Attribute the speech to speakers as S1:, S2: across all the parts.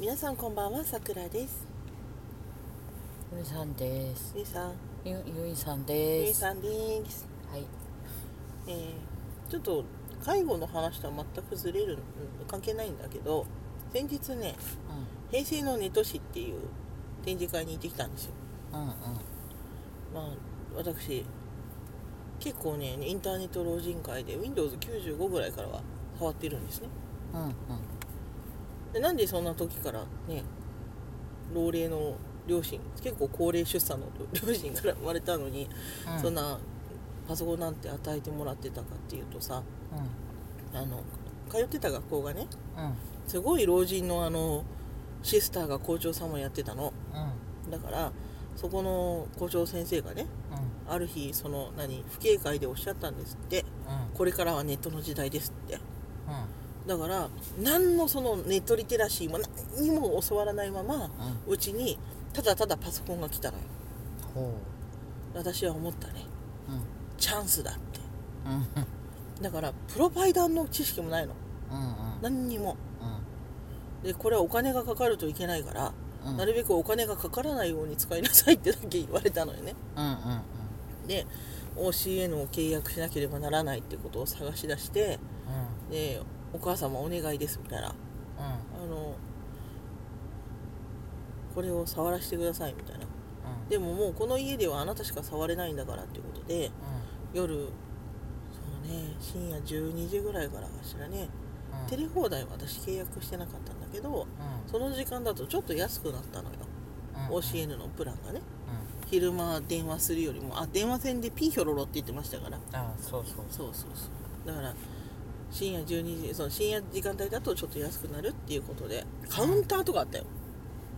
S1: 皆さんこんばんはさくらです
S2: ゆいさんです。
S1: ゆいさん
S2: ゆゆいさん
S1: ゆ
S2: で
S1: い
S2: す。は
S1: さんです、
S2: い。
S1: えーちょっと介護の話とは全くずれるうん関係ないんだけど先日ね平成のネト市っていう展示会に行ってきたんですよ
S2: うんうんうん
S1: まあ私結構ねインターネット老人会で Windows95 ぐらいからは触ってるんですね
S2: うんうん
S1: でなんでそんな時からね老齢の両親結構高齢出産の両親から生まれたのに、
S2: うん。
S1: そんなパソコンなんて与えてもらってたかっていうとさ
S2: うん
S1: あの通ってた学校がね
S2: うん
S1: すごい老人のあのシスターが校長さんもやってたの
S2: うん
S1: だからそこの校長先生がね
S2: うん
S1: ある日その何不警戒でおっしゃったんですって
S2: うん
S1: これからはネットの時代ですって
S2: うん
S1: だから何のそのネットリテラシーも何にも教わらないまま
S2: うん。
S1: うちにただただパソコンが来たのよ
S2: ほ
S1: 私は思ったね
S2: う。うん
S1: チャンスだって
S2: うん
S1: だからプロバイダーの知識もないの
S2: うんうん
S1: 何にも
S2: う
S1: でこれはお金がかかるといけないから、
S2: んうん
S1: なるべくお金がかからないように使いなさいってだけ言われたのよね
S2: うんうんうん
S1: で OCN を契約しなければならないってことを探し出してでお母様お願いですみたいな
S2: うんうん
S1: あのこれを触らせてくださいみたいなでももうこの家ではあなたしか触れないんだからっていうことで夜そうね深夜12時ぐらいからかしらね
S2: うん
S1: テレ放題は私契約してなかったんだけどその時間だとちょっと安くなったのよ OCN のプランがね
S2: うんうん
S1: 昼間電話するよりもあ電話線でピーヒョロロって言ってましたから
S2: あそうそう
S1: そうそうそうだから深夜12時その深夜時間帯だとちょっと安くなるっていうことでカウンターとかあったよ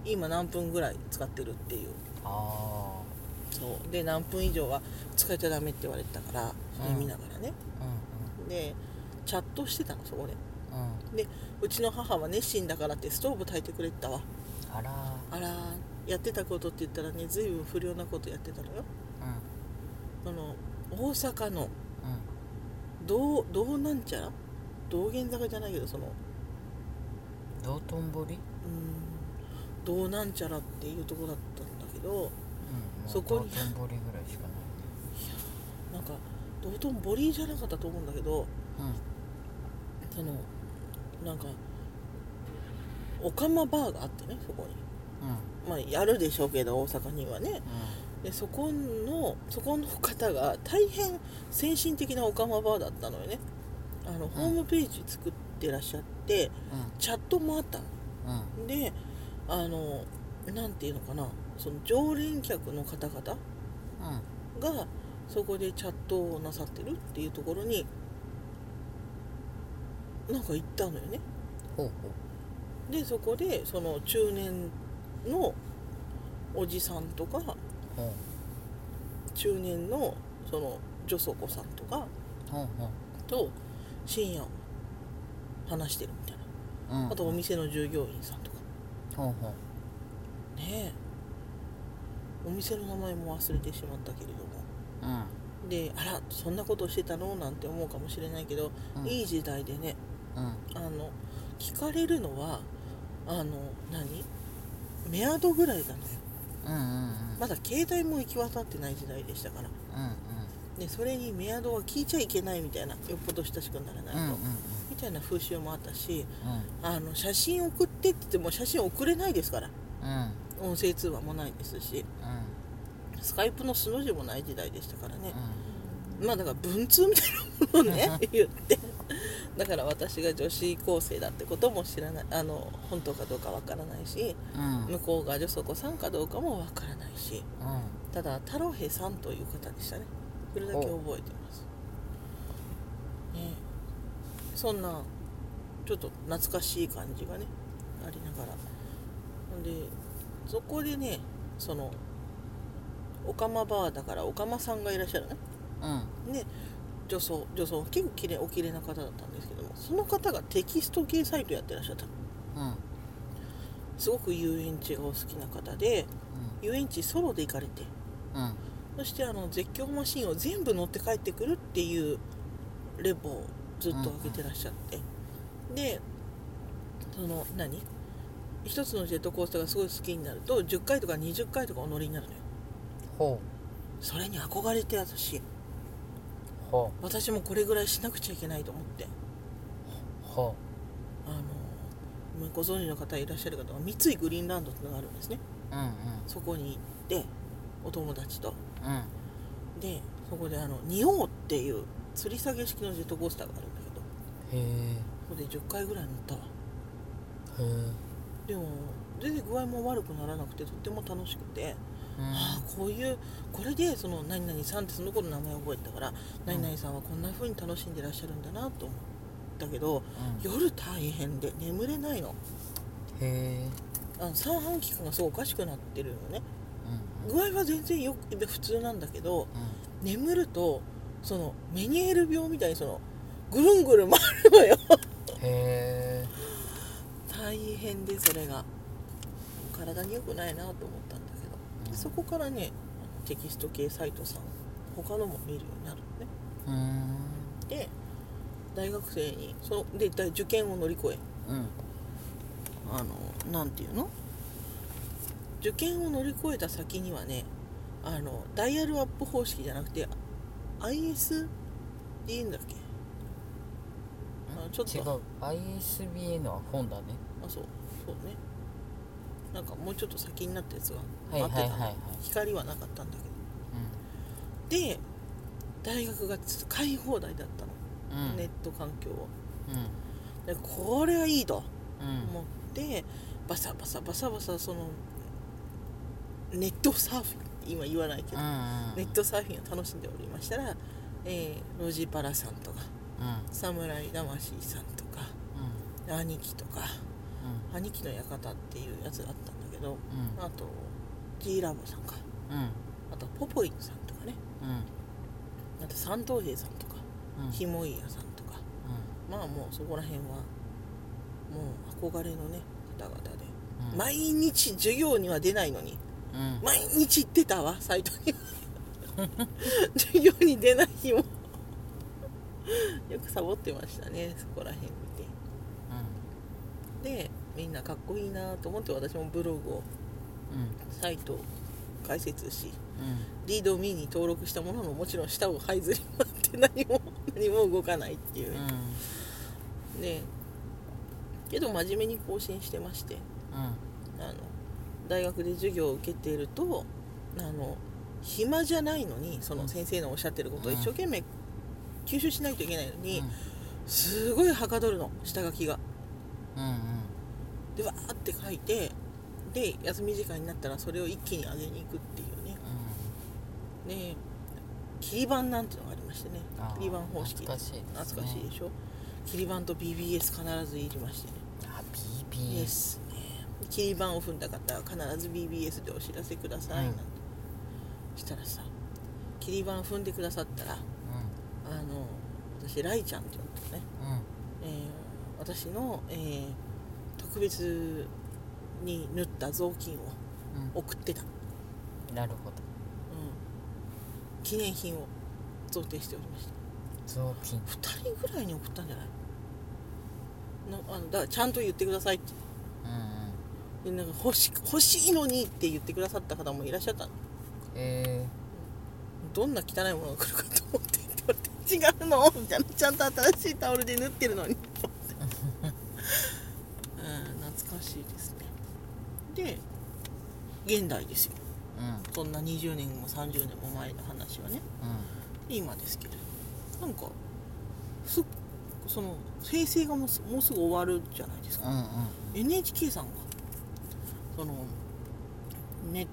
S1: 今何分ぐらい使ってるっていう
S2: あ
S1: そうで何分以上は使えちゃダメって言われてたからそれ見ながらね、
S2: あうん
S1: でチャットしてたのそこで
S2: うんうん
S1: うちの母は熱心だからってストーブ炊いてくれてたわ
S2: あら
S1: あらーやってたことって言ったらね随分不良なことやってたのよ
S2: うん
S1: あの大阪の
S2: うん
S1: 道道なんちゃら道玄坂じゃないけどその
S2: 道頓堀
S1: うん道なんちゃらっていうとこだったんだけど
S2: うん
S1: そこ
S2: 道
S1: に
S2: 頓堀ぐらいしかない
S1: なんか道頓堀じゃなかったと思うんだけど
S2: うん
S1: そのなんかオカマバーがあってねそこに
S2: うん
S1: まあやるでしょうけど大阪にはね
S2: う
S1: でそこのそこの方が大変先進的なオカマバーだったのよねあのホームページ作ってらっしゃって、
S2: んうん
S1: チャットもあった
S2: うん
S1: のであのなんていうのかなその常連客の方々
S2: うん
S1: がそこでチャットをなさってるっていうところになんか行ったのよね
S2: ほうほう
S1: でそこでその中年のおじさんとか
S2: ほう
S1: 中年のその女祖子さんとか
S2: ほうほう
S1: と深夜話してるみたいな
S2: うん
S1: あとお店の従業員さんとか
S2: ほうほう
S1: ねえお店の名前も忘れてしまったけれども
S2: うん
S1: であらそんなことしてたのなんて思うかもしれないけど、
S2: うん
S1: いい時代でね
S2: うん
S1: あの聞かれるのはあの何メアドぐらいだね
S2: うんうんうん
S1: まだ携帯も行き渡ってない時代でしたから
S2: うん
S1: でそれにメアドは聞いちゃいけないみたいなよっぽど親しくならない
S2: うんうんうん
S1: と、みたいな風習もあったし
S2: うん
S1: あの写真送ってって言っても写真送れないですから
S2: うん
S1: 音声通話もないですし
S2: うん
S1: スカイプの素の字もない時代でしたからね、
S2: う
S1: まあだから文通みたいなものをね 言ってだから私が女子高生だってことも知らないあの本当かどうかわからないし
S2: んうん
S1: 向こうが女祖子さんかどうかもわからないし
S2: うん
S1: ただ太郎平さんという方でしたねそれだけ覚えてますねえそんなちょっと懐かしい感じがねありながらほんでそこでねそのオカマバーだからオカマさんがいらっしゃるね
S2: うん
S1: ね女装女装結構きれいお綺麗な方だったんですけどもその方がテキスト系サイトやってらっしゃったの
S2: うん
S1: すごく遊園地がお好きな方で遊園地ソロで行かれて
S2: うん
S1: そしてあの絶叫マシンを全部乗って帰ってくるっていうレポをずっと上げてらっしゃって、でその何一つのジェットコースターがすごい好きになると10回とか20回とかお乗りになるのよ
S2: ほ
S1: それに憧れて私
S2: うほ
S1: 私もこれぐらいしなくちゃいけないと思って
S2: うほ
S1: あのまあご存知の方いらっしゃる方は三井グリーンランドってのがあるんですね
S2: ううんうん
S1: そこに行ってお友達と
S2: うん
S1: でそこであの仁王っていう吊り下げ式のジェットコースターがあるんだけど
S2: へえへ
S1: そこで10回ぐらい乗ったわ
S2: え
S1: でも全然具合も悪くならなくてとっても楽しくて、ああこういうこれでその何々さんってその子の名前を覚えてたから、何々さんはこんな風に楽しんでらっしゃるんだなと思ったけど
S2: うん
S1: 夜大変で眠れないの
S2: へえ
S1: あの三半規管がすごいおかしくなってるのね
S2: うんうん
S1: 具合は全然よくで普通なんだけど眠るとそのメニエール病みたいにそのぐるんぐるん回るのよ
S2: うんへえ
S1: 大変でそれが体に良くないなと思ったんだけどでそこからねテキスト系サイトさん他のも見るようになるのね
S2: うん
S1: で大学生にそのでだ受験を乗り越え
S2: うん
S1: あのなんていうの受験を乗り越えた先にはねあのダイヤルアップ方式じゃなくて IS でいいんだっけあちょっと
S2: 違う ISBN は本だね
S1: あそうそうねなんかもうちょっと先になったやつが
S2: はい
S1: あ
S2: は
S1: っ
S2: い
S1: てた
S2: は
S1: の
S2: いはい
S1: 光はなかったんだけどで大学が使い放題だったの、
S2: うんうん
S1: ネット環境を
S2: う
S1: でこれはいいと
S2: んうん
S1: 思ってバサバサバサバサそのネットサーフィンって今言わないけど、
S2: うん
S1: ネットサーフィンを楽しんでおりましたら、えーロジパラさんとか
S2: うんうん
S1: 侍魂さんとか兄貴とか兄貴の館っていうやつがあったんだけど
S2: うん
S1: あと G ラボさんか
S2: うん
S1: あとポポインさんとかね
S2: うん
S1: あと三等兵さんとか
S2: うん
S1: ひもいやさんとかまあもうそこら辺はもう憧れのね方々で
S2: うん
S1: 毎日授業には出ないのに
S2: うん
S1: 毎日行ってたわサイトには 授業に出ない日もよくサボってましたねそこら辺見てでみんなかっこいいなと思って私もブログを
S2: うん
S1: サイトを開設し
S2: うん
S1: リードミーに登録したもののもちろん下を這いずり回って何も何も動かないっていううんね、でけど真面目に更新してまして
S2: うん
S1: あの大学で授業を受けているとあの暇じゃないのにその先生のおっしゃってることを一生懸命吸収しないといけないのに、すごいはかどるの下書きが。
S2: うんうん
S1: でわーって書いてで休み時間になったらそれを一気に上げに行くっていうね
S2: う
S1: ね切り板なんていうのがありましてね
S2: んあー
S1: 切り板方式
S2: 懐かしいですね
S1: 懐かしいでしょ切り板と BBS 必ずいりましてね
S2: あ
S1: で
S2: BBS
S1: すね切り板を踏んだ方は必ず BBS でお知らせくださいなんて、したらさ切り板踏んでくださったら
S2: う
S1: あの私ライちゃんって呼んでね、
S2: んうん
S1: えー私の、えー特別に縫った雑巾を送ってた、うん、
S2: うんなるほど
S1: 記念品を贈呈しておりました
S2: 雑巾
S1: 2人ぐらいに送ったんじゃないなあのだからちゃんと言ってくださいって
S2: うんうん
S1: でなんか欲し欲しいのにって言ってくださった方もいらっしゃったの
S2: え
S1: どんな汚いものが来るかと思って言われて違うのみたいなちゃんと新しいタオルで縫ってるのにうん懐かしいですねで現代ですよ
S2: ーうん
S1: そんな20年も30年も前の話はね今ですけどなんかすその平成がもうすもうすぐ終わるじゃないですか
S2: うんうんうん
S1: NHK さんがそのネッ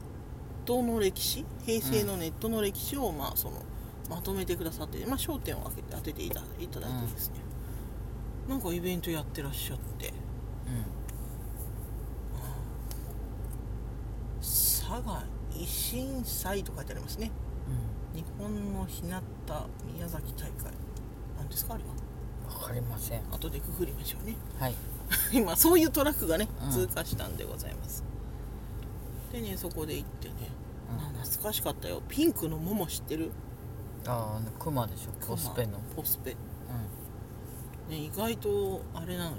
S1: トの歴史平成のネットの歴史を、まあ、そのまとめてくださって、まあ、焦点を当て当てていたいただいてですね、なんかイベントやってらっしゃって「佐賀維新祭」と書いてありますね
S2: う
S1: 日本の日向宮崎大会なんですかあれは
S2: んわかりません
S1: 後でくぐりましょうね
S2: はい
S1: 今そういうトラックがね
S2: うん
S1: 通過したんでございます、でねそこで行ってね、
S2: うん
S1: あ懐かしかったよピンクのモモ知ってる
S2: あーあのクマでしょコスペの
S1: 熊ポスペ、ね、
S2: う
S1: 意外とあれなのよ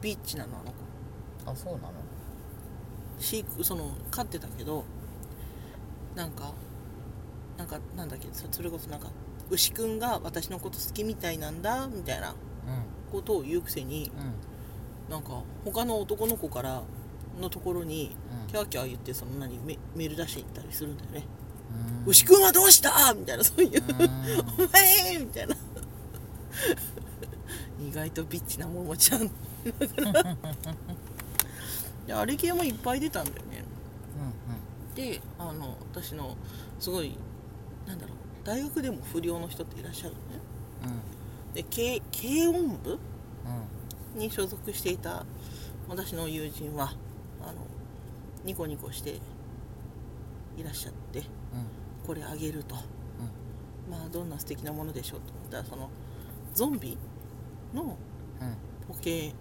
S1: ビッチなのあの子
S2: んあそうなの
S1: 飼育その飼ってたけどなんかなんかなんだっけそそれこそなんか牛くんが私のこと好きみたいなんだみたいな
S2: う
S1: ことを言うくせに
S2: んうん
S1: なんか他の男の子からのところに
S2: うん
S1: キャーキャー言ってその何メメール出していったりするんだよね
S2: う
S1: 「
S2: ん
S1: 牛くんはどうした?」みたいなそういう「
S2: うん
S1: お前!」みたいな意外とビッチなももちゃんであれ系もいっぱい出たんだよねであの私のすごいなんだろう大学でも不良の人っていらっしゃるのね
S2: うんうん
S1: で軽軽音部
S2: うん
S1: に所属していた私の友人はあのニコニコしていらっしゃって
S2: うん
S1: これあげるとまあどんな素敵なものでしょうと思ったらそのゾンビの
S2: うんうん
S1: ポケ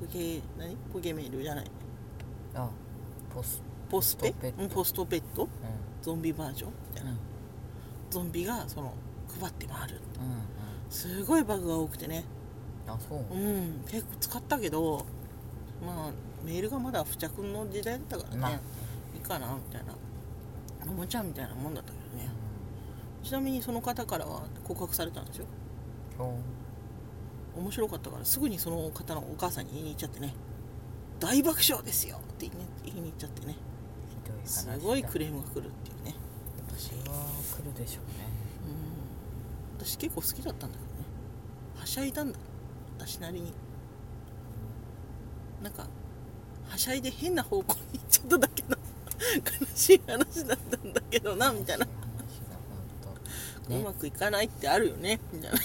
S1: ポケ何ポケメールじゃない
S2: あポス
S1: ポスペ
S2: ポストペット
S1: うんポストペット
S2: うん
S1: ゾンビバージョンみたいな
S2: うん
S1: ゾンビがその配って回る
S2: うんうん
S1: すごいバグが多くてね
S2: あそう
S1: うん結構使ったけどまあメールがまだ付着の時代だったからね、
S2: まあ
S1: いいかなみたいなおもちゃみたいなもんだったけどねちなみにその方からは告白されたんですよ
S2: うん
S1: 面白かったからすぐにその方のお母さんに言いに行っちゃってね大爆笑ですよって言いに言いに行っちゃってね
S2: ひどい話
S1: す
S2: だ
S1: ごいクレームが来るっていうね私
S2: うわー来るでしょうね
S1: うん私結構好きだったんだけどねはしゃいだんだ私なりになんかはしゃいで変な方向に行っちゃっただけの 悲しい話だったんだけどなみたいな、
S2: 悲しい話だほ
S1: う
S2: んと
S1: ま
S2: ね
S1: くいかないってあるよねみたいな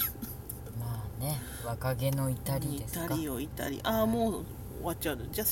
S2: まあね若気の至り
S1: イ
S2: ですか
S1: タリよイタリああもう終わっちゃうじゃあ